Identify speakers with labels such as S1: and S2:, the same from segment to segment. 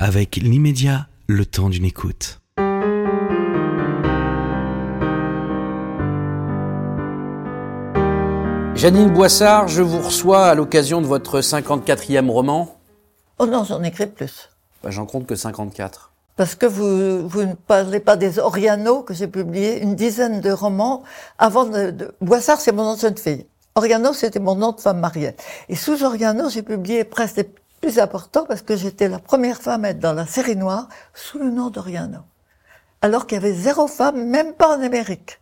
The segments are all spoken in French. S1: avec l'immédiat, le temps d'une écoute.
S2: Janine Boissard, je vous reçois à l'occasion de votre 54e roman.
S3: Oh non, j'en écris plus.
S2: Bah, J'en compte que 54.
S3: Parce que vous, vous ne parlez pas des Oriano que j'ai publié une dizaine de romans avant de, de- Boissard, c'est mon nom de jeune fille. Oriano, c'était mon nom de femme mariée. Et sous Oriano, j'ai publié presque les plus importants parce que j'étais la première femme à être dans la série noire sous le nom d'Oriano. Alors qu'il y avait zéro femme, même pas en Amérique.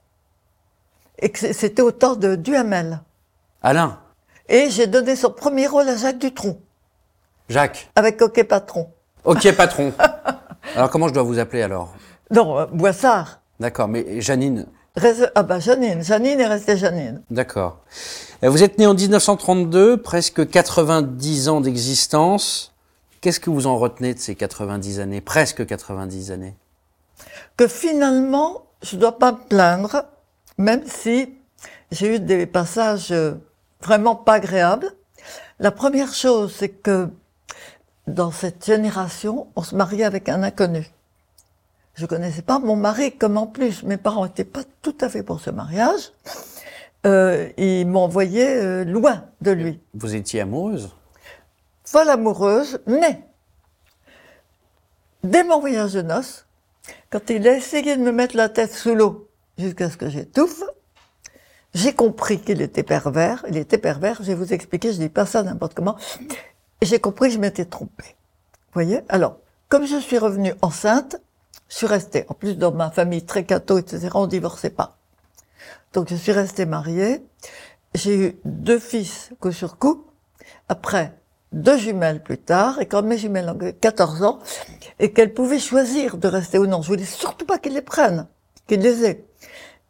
S3: Et que c'est- c'était au temps de Duhamel.
S2: Alain,
S3: Et j'ai donné son premier rôle à Jacques Dutronc,
S2: Jacques,
S3: avec Coquet Patron.
S2: ok patron. alors comment je dois vous appeler alors
S3: Non, euh, Boissard.
S2: D'accord, mais Janine,
S3: Reste- Ah bah Janine, Janine est restée Janine.
S2: d'accord. Euh, Vous êtes né en 1932, presque 90 ans d'existence. Qu'est-ce que vous en retenez de ces 90 années, presque 90 années
S3: Que finalement, je ne dois pas me plaindre, même si j'ai eu des passages euh, vraiment pas agréables. La première chose, c'est que dans cette génération, on se mariait avec un inconnu. Je connaissais pas mon mari, comme en plus mes parents n'étaient pas tout à fait pour ce mariage. Euh, ils m'envoyaient euh, loin de lui.
S2: Vous étiez amoureuse
S3: folle amoureuse, mais dès mon voyage de noces, quand il a essayé de me mettre la tête sous l'eau jusqu'à ce que j'étouffe, j'ai compris qu'il était pervers. Il était pervers, je vais vous expliquer, je dis pas ça n'importe comment. Et J'ai compris que je m'étais trompée. Vous voyez Alors, comme je suis revenue enceinte, je suis restée. En plus, dans ma famille très catho, etc., on divorçait pas. Donc, je suis restée mariée. J'ai eu deux fils coup sur coup. Après, deux jumelles plus tard, et quand mes jumelles ont 14 ans, et qu'elles pouvaient choisir de rester ou non. Je voulais surtout pas qu'ils les prennent, qu'ils les aient.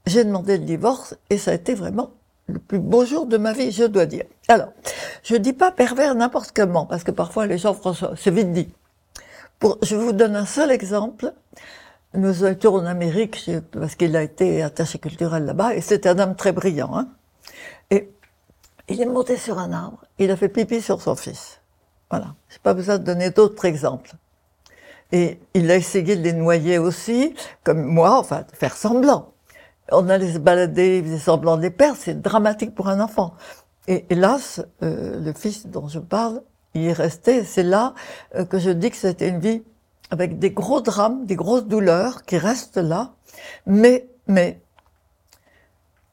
S3: J'ai demandé le divorce, et ça a été vraiment le plus beau jour de ma vie, je dois dire. Alors, je dis pas pervers n'importe comment, parce que parfois les gens, François, c'est vite dit. Pour, je vous donne un seul exemple. Nous étions en Amérique, je- parce qu'il a été attaché culturel là-bas, et c'était un homme très brillant. Hein. Et il est monté sur un arbre, il a fait pipi sur son fils. Voilà. J'ai pas besoin de donner d'autres exemples. Et il a essayé de les noyer aussi, comme moi, enfin, de faire semblant. On allait se balader, il faisait semblant de les perdre, c'est dramatique pour un enfant. Et hélas, euh, le fils dont je parle, il est resté, c'est là euh, que je dis que c'était une vie avec des gros drames, des grosses douleurs qui restent là. Mais, mais,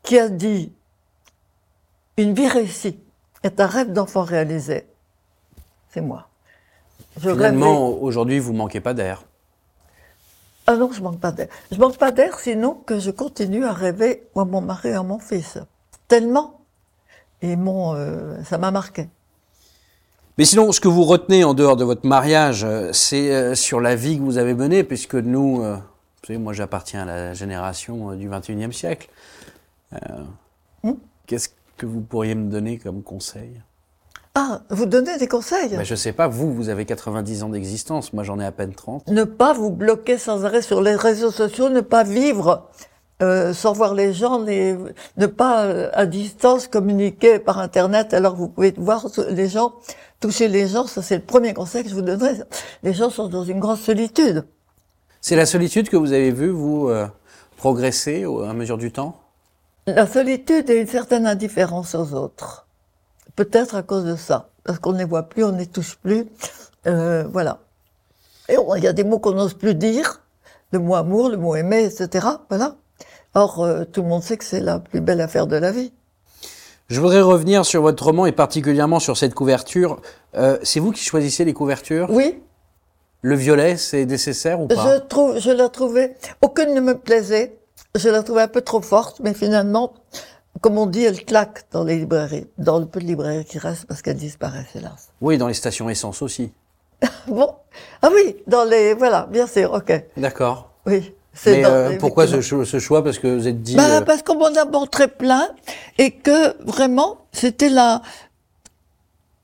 S3: qui a dit une vie réussie est un rêve d'enfant réalisé. C'est moi. Je rêvais-
S2: Finalement, aujourd'hui, vous manquez pas d'air.
S3: ah non, je manque pas d'air. Je manque pas d'air, sinon que je continue à rêver à mon mari et à mon fils. Tellement. Et mon, euh, ça m'a marqué.
S2: Mais sinon, ce que vous retenez en dehors de votre mariage, euh, c'est euh, sur la vie que vous avez menée, puisque nous, euh, vous savez, moi j'appartiens à la génération euh, du 21e siècle. Euh,
S3: Hmm
S2: Qu'est-ce que vous pourriez me donner comme conseil
S3: Ah, vous donnez des conseils
S2: bah, Je sais pas, vous, vous avez 90 ans d'existence, moi j'en ai à peine 30.
S3: Ne pas vous bloquer sans arrêt sur les réseaux sociaux, ne pas vivre euh, sans voir les gens, les- ne pas euh, à distance communiquer par Internet alors que vous pouvez voir les gens, toucher les gens, ça c'est le premier conseil que je vous donnerai. Les gens sont dans une grande solitude.
S2: C'est la solitude que vous avez vue, vous, euh, progresser au- à mesure du temps
S3: La solitude et une certaine indifférence aux autres. Peut-être à cause de ça. Parce qu'on ne les voit plus, on ne les touche plus. Euh, voilà. Et on- il y a des mots qu'on n'ose plus dire. Le mot amour, le mot aimer, etc. Voilà. Or, euh, tout le monde sait que c'est la plus belle affaire de la vie.
S2: Je voudrais revenir sur votre roman et particulièrement sur cette couverture. Euh, c'est vous qui choisissez les couvertures
S3: Oui,
S2: Le violet, c'est nécessaire ou pas
S3: je, trouve, je la trouvais, aucune ne me plaisait. Je la trouvais un peu trop forte, mais finalement, comme on dit, elle claque dans les librairies, dans le peu de librairies qui restent parce qu'elles disparaissent, hélas.
S2: Oui, dans les stations essence aussi.
S3: Bon. Ah oui, dans les. Voilà, bien sûr, ok.
S2: D'accord.
S3: Oui. c'est
S2: Mais
S3: dans-
S2: euh, pourquoi ce,
S3: effectivement.
S2: cho- ce choix Parce que vous êtes dit.
S3: Bah,
S2: euh,
S3: Parce qu'on m'en a montré plein et que vraiment, c'était la,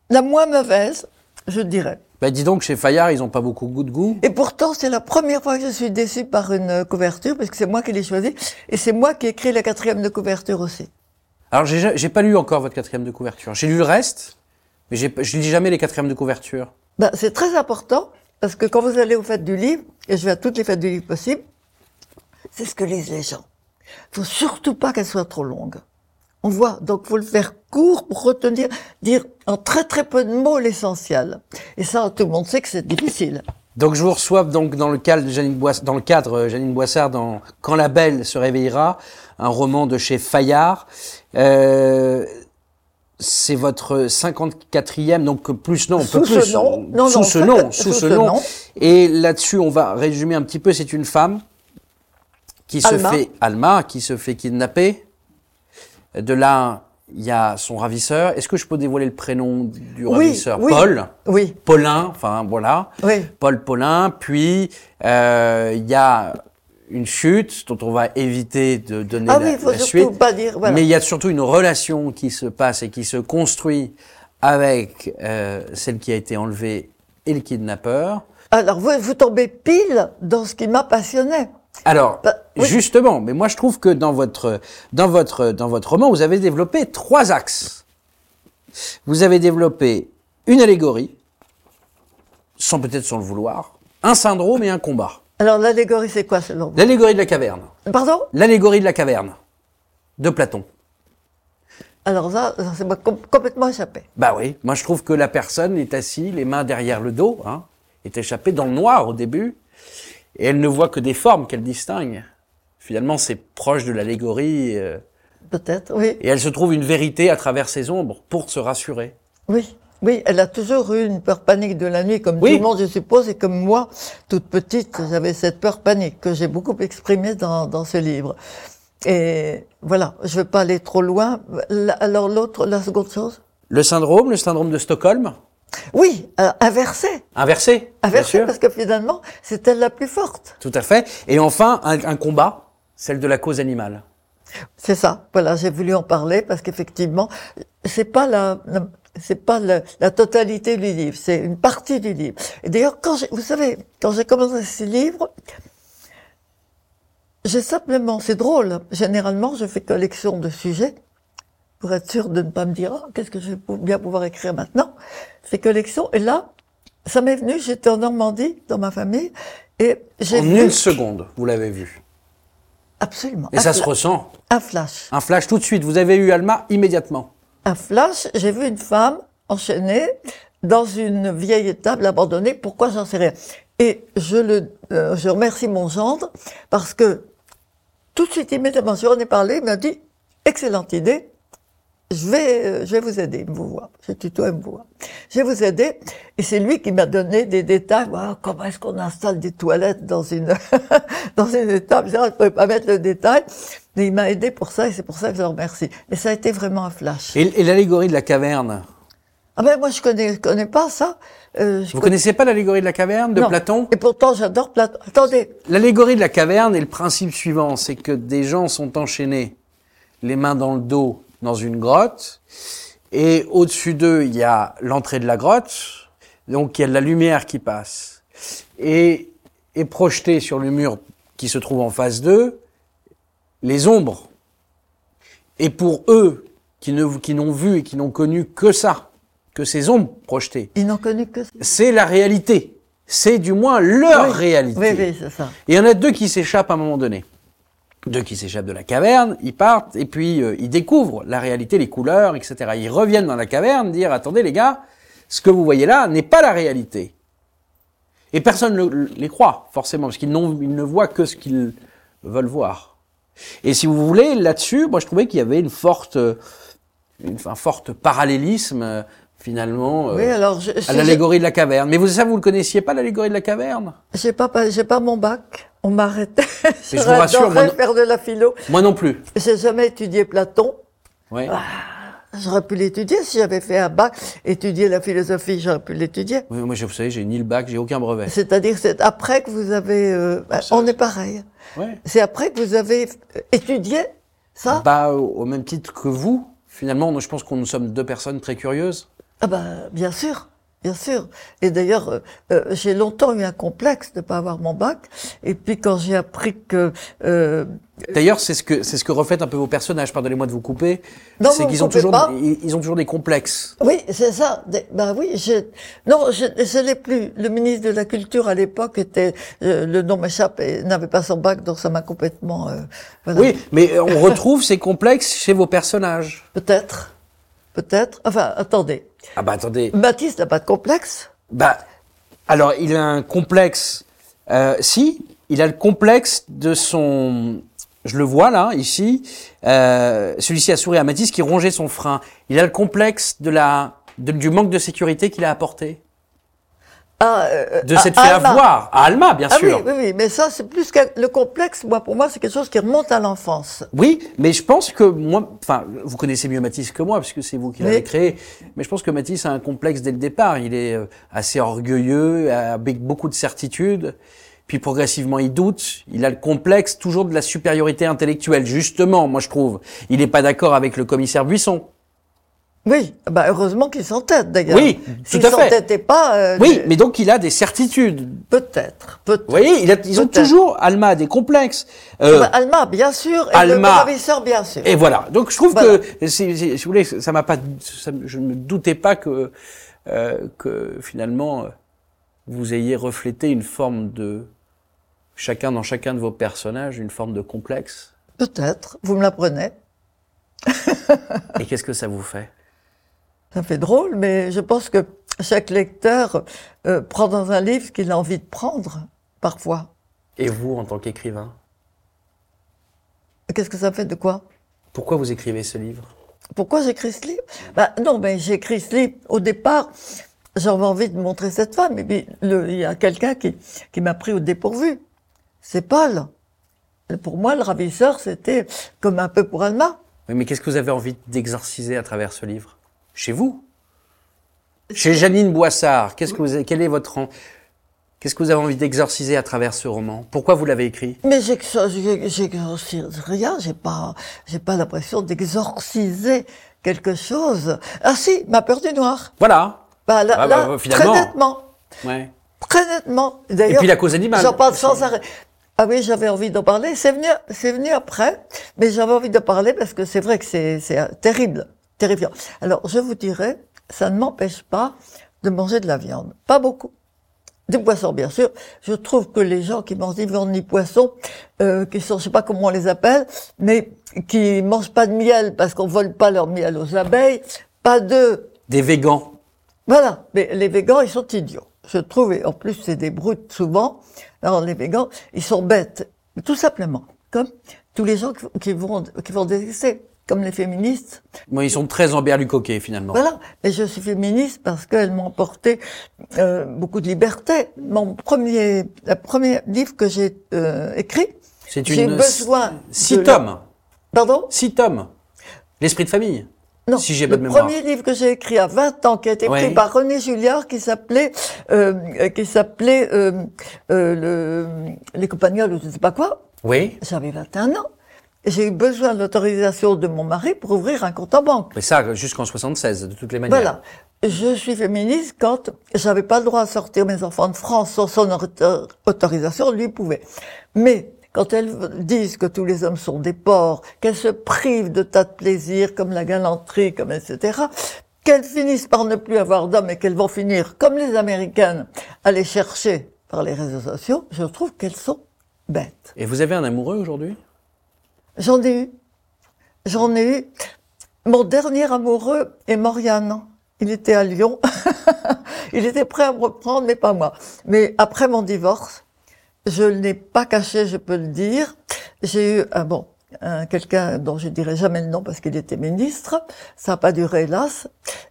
S3: la moins mauvaise, je dirais.
S2: bah, dis donc, chez Fayard, ils n'ont pas beaucoup goût de goût.
S3: Et pourtant, c'est la première fois que je suis déçue par une couverture, parce que c'est moi qui l'ai choisie et c'est moi qui ai écrit la quatrième de couverture aussi.
S2: Alors, j'ai ja- j'ai pas lu encore votre quatrième de couverture. J'ai lu le reste, mais j'ai pas- je lis jamais les quatrièmes de couverture.
S3: Ben, c'est très important Parce que quand vous allez aux fêtes du livre, et je vais à toutes les fêtes du livre possibles, c'est ce que lisent les gens. Faut surtout pas qu'elles soient trop longues. On voit, donc faut le faire court pour retenir, dire en très très peu de mots l'essentiel. Et ça, tout le monde sait que c'est difficile.
S2: Donc je vous reçois donc dans le cadre de Janine Boiss- dans le cadre euh, Janine Boissard dans Quand la belle se réveillera, un roman de chez Fayard. Euh, c'est votre 54e, donc plus non, on peut
S3: Sous ce
S2: plus,
S3: nom.
S2: on-
S3: Non,
S2: sous
S3: non,
S2: ce
S3: cinquante-
S2: nom, sous ce nom. Et là-dessus, on va résumer un petit peu. C'est une femme qui
S3: Alma.
S2: se fait Alma, qui se fait kidnapper. De là, il y a son ravisseur. Est-ce que je peux dévoiler le prénom du ravisseur
S3: oui.
S2: Paul.
S3: Oui,
S2: Paulin, enfin voilà.
S3: oui.
S2: Paul Paulin, puis euh, il y a une chute dont on va éviter de donner
S3: Ah
S2: la,
S3: oui, il faut
S2: la
S3: surtout
S2: suite.
S3: pas dire, voilà.
S2: Mais il y a surtout une relation qui se passe et qui se construit avec euh, celle qui a été enlevée et le kidnappeur.
S3: Alors, vous, vous tombez pile dans ce qui m'a passionné.
S2: Alors,
S3: Bah, oui.
S2: justement, mais moi je trouve que dans votre, dans votre, dans votre roman, vous avez développé trois axes. Vous avez développé une allégorie, sans peut-être sans le vouloir, un syndrome et un combat.
S3: Alors, l'allégorie, c'est quoi, selon vous
S2: L'allégorie de la caverne.
S3: Pardon
S2: L'allégorie de la caverne de Platon.
S3: Alors, ça, ça c'est com- complètement échappé.
S2: Bah oui, moi je trouve que la personne est assise, les mains derrière le dos, hein, est échappée dans le noir au début, et elle ne voit que des formes qu'elle distingue. Finalement, c'est proche de l'allégorie, euh,
S3: Peut-être, oui.
S2: et elle se trouve une vérité à travers ses ombres pour se rassurer.
S3: Oui. Oui, elle a toujours eu une peur panique de la nuit, comme
S2: Oui.
S3: tout le monde, je suppose, et comme moi, toute petite, j'avais cette peur panique que j'ai beaucoup exprimée dans, dans ce livre. Et voilà, je ne veux pas aller trop loin. La- Alors, l'autre, la seconde chose
S2: Le syndrome, le syndrome de Stockholm,
S3: Oui, euh, inversé.
S2: inversé, bien
S3: Inversé,
S2: sûr,
S3: parce que finalement, c'est elle la plus forte.
S2: tout à fait. Et enfin, un, un combat, celle de la cause animale.
S3: C'est ça. Voilà, j'ai voulu en parler parce qu'effectivement, c'est pas la, la- c'est pas la, la totalité du livre, c'est une partie du livre. Et d'ailleurs, quand j'ai- vous savez, quand j'ai commencé ce livre, j'ai simplement, c'est drôle. Généralement, je fais collection de sujets pour être sûr de ne pas me dire Ah, qu'est-ce que je vais pou- bien pouvoir écrire maintenant. Je fais collection et là, ça m'est venu. J'étais en Normandie dans ma famille et j'ai
S2: En
S3: vu
S2: une seconde, vous l'avez vu.
S3: absolument
S2: Et ça
S3: un
S2: se
S3: fla-
S2: ressent.
S3: un flash.
S2: Un flash tout de suite. Vous avez eu Alma immédiatement.
S3: un flash, j'ai vu une femme enchaînée dans une vieille table abandonnée. Pourquoi j'en sais rien. Et je le, euh, je remercie mon gendre parce que tout de suite immédiatement, je lui en ai parlé. Il m'a dit excellente idée. Je vais, euh, je vais vous aider. Il me voit. Je tutoie, il me voit. Je vais vous aider. Et c'est lui qui m'a donné des détails. Voilà, comment est-ce qu'on installe des toilettes dans une, dans une étable? Je ne pouvais pas mettre le détail. Mais il m'a aidé pour ça et c'est pour ça que je le remercie. Mais ça a été vraiment un flash.
S2: Et, et l'allégorie de la caverne.
S3: Ah ben moi je connais, je connais pas ça. Euh, je
S2: Vous connaissez pas l'allégorie de la caverne de
S3: non.
S2: Platon
S3: Et pourtant j'adore Platon. Attendez,
S2: L'allégorie de la caverne est le principe suivant, c'est que des gens sont enchaînés, les mains dans le dos, dans une grotte, et au-dessus d'eux, il y a l'entrée de la grotte, donc il y a de la lumière qui passe, et est projetée sur le mur qui se trouve en face d'eux, les ombres. Et pour eux, qui ne qui n'ont vu et qui n'ont connu que ça, que ces ombres projetées,
S3: ils n'ont connu que ça.
S2: c'est la réalité. C'est du moins leur
S3: Oui.
S2: réalité.
S3: Oui, oui, c'est ça.
S2: Et il y en a deux qui s'échappent à un moment donné. Deux qui s'échappent de la caverne, ils partent, et puis euh, ils découvrent la réalité, les couleurs, etc. Ils reviennent dans la caverne, dire, attendez les gars, ce que vous voyez là n'est pas la réalité. Et personne ne le- les croit, forcément, parce qu'ils n'ont- ils ne voient que ce qu'ils veulent voir. Et si vous voulez, là-dessus, moi je trouvais qu'il y avait une forte, euh, une, un fort parallélisme, euh, finalement, euh,
S3: oui, alors je
S2: à
S3: je-
S2: l'allégorie de la caverne. Mais vous, ça, vous le connaissiez pas, l'allégorie de la caverne
S3: j'ai pas pas- j'ai pas mon bac. On m'arrêtait.
S2: Mais je vous rassure,
S3: J'adorerais
S2: moi non-
S3: faire de la philo.
S2: Moi non plus.
S3: J'ai jamais étudié Platon.
S2: Ouais.
S3: Ah. J'aurais pu l'étudier si j'avais fait un bac, étudier la philosophie, j'aurais pu l'étudier.
S2: Oui, moi, je- vous savez, j'ai ni le bac, j'ai aucun brevet.
S3: C'est-à-dire, c'est après que vous avez, euh, on est pareil.
S2: Ouais.
S3: C'est après que vous avez euh, étudié ça.
S2: Bah, au au même titre que vous, finalement, nous, je pense qu'on nous sommes deux personnes très curieuses.
S3: Ah ben, bah, bien sûr. Bien sûr. Et d'ailleurs, euh, euh, j'ai longtemps eu un complexe de ne pas avoir mon bac. Et puis quand j'ai appris que... euh,
S2: D'ailleurs, c'est ce que c'est ce que reflètent un peu vos personnages. Pardonnez-moi de vous couper.
S3: Non,
S2: c'est
S3: vous
S2: qu'ils
S3: me
S2: ont
S3: coupez
S2: toujours
S3: pas.
S2: ils, ils ont toujours des complexes.
S3: oui, c'est ça. Des- Ben oui, j'ai... Non, je je l'ai plus. Le ministre de la Culture à l'époque était... euh, le nom m'échappe et n'avait pas son bac, donc ça m'a complètement... euh, voilà.
S2: Oui, mais on retrouve ces complexes chez vos personnages.
S3: Peut-être. Peut-être. Enfin, attendez.
S2: Ah bah attendez.
S3: Baptiste n'a pas de complexe.
S2: Bah alors il a un complexe. Euh, si il a le complexe de son, je le vois là ici. Euh, Celui-ci a souri à Matisse qui rongeait son frein. Il a le complexe de la de- du manque de sécurité qu'il a apporté.
S3: Ah, euh,
S2: De
S3: à-
S2: s'être fait
S3: à Alma.
S2: avoir à Alma, bien
S3: Ah oui,
S2: sûr.
S3: oui, oui, mais ça, c'est plus que le complexe. Moi, pour moi, c'est quelque chose qui remonte à l'enfance.
S2: Oui, mais je pense que moi, enfin, vous connaissez mieux Matisse que moi, puisque c'est vous qui l'avez
S3: Oui.
S2: créé. Mais je pense que Matisse a un complexe dès le départ. Il est euh, assez orgueilleux, avec beaucoup de certitude. Puis progressivement, il doute. Il a le complexe toujours de la supériorité intellectuelle, justement. Moi, je trouve. Il n'est pas d'accord avec le commissaire Buisson.
S3: Oui, bah heureusement qu'il s'entête d'ailleurs.
S2: Oui,
S3: S'il
S2: tout à fait.
S3: s'entêtait pas. euh,
S2: Oui,
S3: je-
S2: mais donc il a des certitudes.
S3: Peut-être, peut-être.
S2: Vous voyez, il a- ils ont
S3: Peut-être.
S2: toujours Alma a des complexes. Euh,
S3: Ah bah, Alma, bien sûr, et
S2: Alma.
S3: le professeur, bien sûr.
S2: Et voilà. Donc je trouve
S3: Voilà.
S2: que, si, si- si vous voulez, ça m'a pas, ça- je ne me doutais pas que, euh, que finalement euh, vous ayez reflété une forme de chacun dans chacun de vos personnages une forme de complexe.
S3: Peut-être, vous me l'apprenez.
S2: Et qu'est-ce que ça vous fait
S3: Ça fait drôle, mais je pense que chaque lecteur euh, prend dans un livre ce qu'il a envie de prendre, parfois.
S2: Et vous, en tant qu'écrivain,
S3: Qu'est-ce que ça fait de quoi
S2: pourquoi vous écrivez ce livre
S3: Pourquoi j'écris ce livre bah, Non, mais j'écris ce livre. Au départ, j'avais envie de montrer cette femme. Et puis, le- il y a quelqu'un qui, qui m'a pris au dépourvu. C'est Paul. Et Pour moi, le ravisseur, c'était comme un peu pour Alma.
S2: Oui, mais qu'est-ce que vous avez envie d'exorciser à travers ce livre Chez vous Chez Janine Boissard, qu'est-ce que vous, avez- quel est votre, en- qu'est-ce que vous avez envie d'exorciser à travers ce roman Pourquoi vous l'avez écrit
S3: Mais j'exor- j'ai- j'exorcise rien. J'ai pas, j'ai pas l'impression d'exorciser quelque chose. Ah si, ma peur du noir.
S2: Voilà.
S3: Bah, là,
S2: Ah, bah,
S3: là,
S2: finalement.
S3: très nettement.
S2: Ouais.
S3: Très nettement.
S2: Et
S3: D'ailleurs,
S2: puis la cause animale.
S3: J'en parle sans arrêt. Ah oui, j'avais envie d'en parler. C'est venu, c'est venu après, mais j'avais envie d'en parler parce que c'est vrai que c'est, c'est euh, terrible, terrifiant. Alors, je vous dirais, ça ne m'empêche pas de manger de la viande. Pas beaucoup. Du poisson, bien sûr. Je trouve que les gens qui mangent ni viande ni poisson, euh, qui sont, je sais pas comment on les appelle, mais qui mangent pas de miel parce qu'on vole pas leur miel aux abeilles, pas d'œufs
S2: Des végans.
S3: voilà, mais les végans, ils sont idiots. Je trouve, et en plus, c'est des brutes souvent. Alors, les végans, ils sont bêtes, tout simplement. Comme tous les gens qui, qui vont, qui vont détester, comme les féministes.
S2: Bon, ils sont très emberlucoqués finalement.
S3: Voilà. Mais je suis féministe parce qu'elles m'ont porté euh, beaucoup de liberté. Mon premier, le premier livre que j'ai euh, écrit,
S2: C'est
S3: j'ai
S2: une.
S3: besoin.
S2: Six
S3: de-
S2: tomes.
S3: Pardon
S2: Six tomes. L'esprit de famille.
S3: Non,
S2: Si j'ai
S3: le
S2: bonne mémoire.
S3: premier livre que j'ai écrit à 20 ans, qui a été écrit
S2: Ouais.
S3: par René Julliard, qui s'appelait, euh, euh, qui s'appelait euh, euh, le, Les Compagnols ou je ne sais pas quoi,
S2: Oui.
S3: j'avais 21 ans. Et J'ai eu besoin de l'autorisation de mon mari pour ouvrir un compte en banque.
S2: Mais ça, jusqu'en 76, de toutes les manières.
S3: Voilà. Je suis féministe quand j'avais pas le droit à sortir mes enfants de France sans son auto- autorisation, lui pouvait. Mais quand elles disent que tous les hommes sont des porcs, qu'elles se privent de tas de plaisirs comme la galanterie, comme etc., qu'elles finissent par ne plus avoir d'hommes et qu'elles vont finir, comme les Américaines, à les chercher par les réseaux sociaux, je trouve qu'elles sont bêtes.
S2: Et vous avez un amoureux aujourd'hui
S3: J'en ai eu. J'en ai eu. Mon dernier amoureux est Moriane. Il était à Lyon. Il était prêt à me reprendre, mais pas moi. Mais après mon divorce, je ne l'ai pas caché, je peux le dire. J'ai eu un bon, un- quelqu'un dont je dirai jamais le nom parce qu'il était ministre. Ça n'a pas duré, hélas.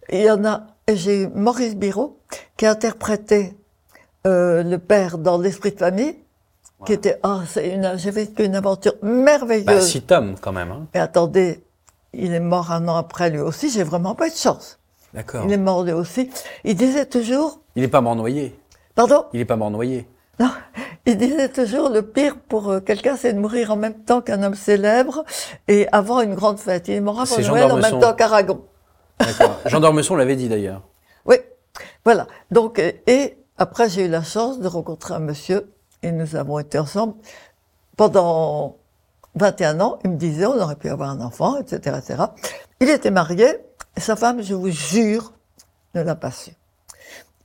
S3: Il y en a. et J'ai eu Maurice Biro qui a interprété euh, le père dans l'esprit de famille, qui était ah, c'est une, j'ai vécu une aventure merveilleuse.
S2: Bah, six tomes quand même. hein.
S3: Mais attendez, il est mort un an après lui aussi, j'ai vraiment pas eu de chance.
S2: D'accord.
S3: Il est mort lui aussi. Il disait toujours,
S2: Il est pas mort noyé.
S3: pardon,
S2: Il est pas mort noyé.
S3: non, il disait toujours le pire pour euh, quelqu'un, c'est de mourir en même temps qu'un homme célèbre et avant une grande fête. Il est mort avant
S2: C'est Jean
S3: Noël en même
S2: d'Ormesson.
S3: temps qu'Aragon.
S2: D'accord. Jean d'Ormesson l'avait dit d'ailleurs.
S3: Oui. Voilà. Donc, euh, et après, j'ai eu la chance de rencontrer un monsieur et nous avons été ensemble pendant 21 ans. Il me disait, on aurait pu avoir un enfant, etc., etc. Il était marié. et Sa femme, je vous jure, ne l'a pas su.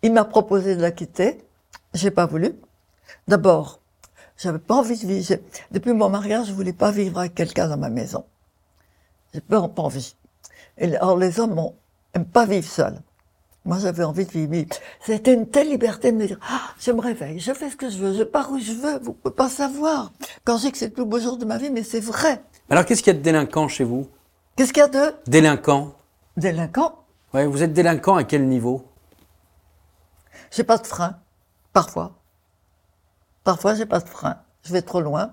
S3: Il m'a proposé de la quitter. J'ai pas voulu. D'abord, j'avais pas envie de vivre. j'ai- Depuis mon mariage, je voulais pas vivre avec quelqu'un dans ma maison. J'ai pas, pas envie. Et, or, les hommes ont- aiment pas vivre seuls. Moi, j'avais envie de vivre. libre. C'était une telle liberté de me dire, Ah, je me réveille, je fais ce que je veux, je pars où je veux, vous pouvez pas savoir. Quand je dis que c'est le plus beau jour de ma vie, mais c'est vrai.
S2: Alors, qu'est-ce qu'il y a de délinquant chez vous
S3: Qu'est-ce qu'il y a de
S2: Délinquant
S3: délinquant?
S2: Ouais, vous êtes délinquant à quel niveau
S3: J'ai pas de frein, parfois. Parfois, j'ai pas de frein. Je vais trop loin,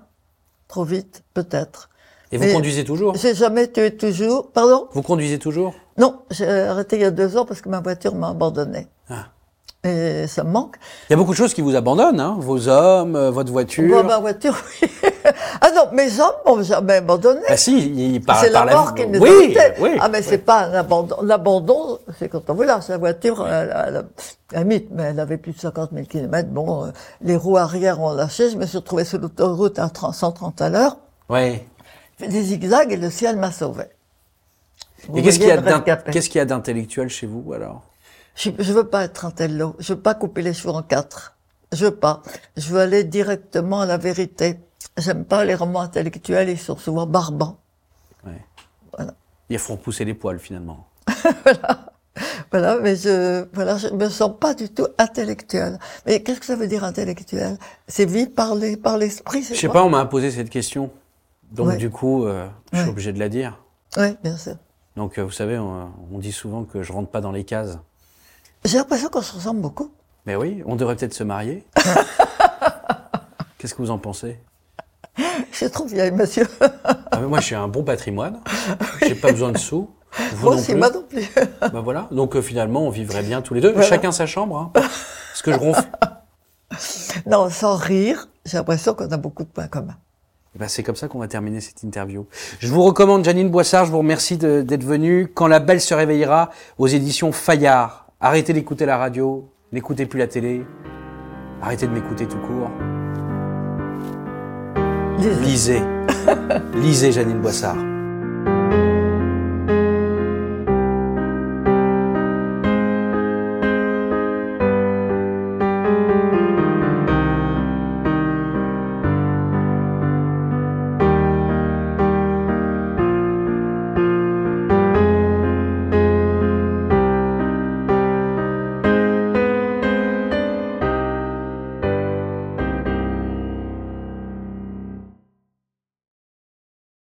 S3: trop vite, peut-être.
S2: Et vous
S3: Mais-
S2: conduisez toujours
S3: J'ai jamais tué toujours. Pardon
S2: Vous conduisez toujours
S3: Non, j'ai arrêté il y a deux ans parce que ma voiture m'a abandonné.
S2: Ah.
S3: Et ça me manque.
S2: Il y a beaucoup de choses qui vous abandonnent, hein vos hommes, euh, votre voiture.
S3: Bon, bah, ma voiture, oui. ah non, mes hommes m'ont jamais abandonné.
S2: Ah si, il il- par,
S3: c'est
S2: par
S3: la mort qui nous a
S2: Oui,
S3: quittés.
S2: oui.
S3: Ah, mais c'est pas un abandon. L'abandon, c'est quand on vous lâche. La voiture, elle, elle, elle, mythe, mais elle avait plus de 50 000 km. Bon, euh, les roues arrière ont lâché. Je me suis retrouvée sur l'autoroute à 30 130 à l'heure.
S2: Ouais.
S3: J'ai fait des zigzags et le ciel m'a sauvé.
S2: Et qu'est-ce qu'il y a d'in-
S3: Je
S2: qu'est-ce qu'il y a d'intellectuel chez vous alors
S3: je veux pas être un tel lot. Je veux pas couper les cheveux en quatre. Je veux pas. Je veux aller directement à la vérité. J'aime pas les romans intellectuels. Ils sont souvent barbants.
S2: Ouais.
S3: Voilà.
S2: Ils font pousser les poils finalement.
S3: Voilà, mais je voilà, je me sens pas du tout intellectuelle. Mais qu'est-ce que ça veut dire intellectuel C'est vivre par les, par l'esprit, c'est
S2: Je sais
S3: quoi
S2: pas, on m'a imposé cette question. Donc
S3: Ouais.
S2: du coup, euh, je suis
S3: Ouais.
S2: obligé de la dire.
S3: Oui, bien sûr.
S2: Donc euh, vous savez, on, on dit souvent que je rentre pas dans les cases.
S3: J'ai l'impression qu'on se ressemble beaucoup.
S2: Mais oui, on devrait peut-être se marier. Qu'est-ce que vous en pensez
S3: Je suis trop vieille, monsieur.
S2: Ah, mais Moi, j'ai un bon patrimoine. J'ai pas besoin de sous. Vous
S3: moi
S2: non
S3: aussi,
S2: plus.
S3: moi non plus.
S2: Bah voilà. Donc euh, finalement, on vivrait bien tous les deux.
S3: Voilà.
S2: Chacun sa chambre. Hein. Parce que je ronfle.
S3: non, sans rire, j'ai l'impression qu'on a beaucoup de points communs.
S2: Eh ben, c'est comme ça qu'on va terminer cette interview. Je vous recommande Janine Boissard, je vous remercie de- d'être venue. Quand la belle se réveillera aux éditions Fayard. Arrêtez d'écouter la radio, n'écoutez plus la télé, arrêtez de m'écouter tout court.
S3: Lisez.
S2: Lisez. Lisez Janine Boissard.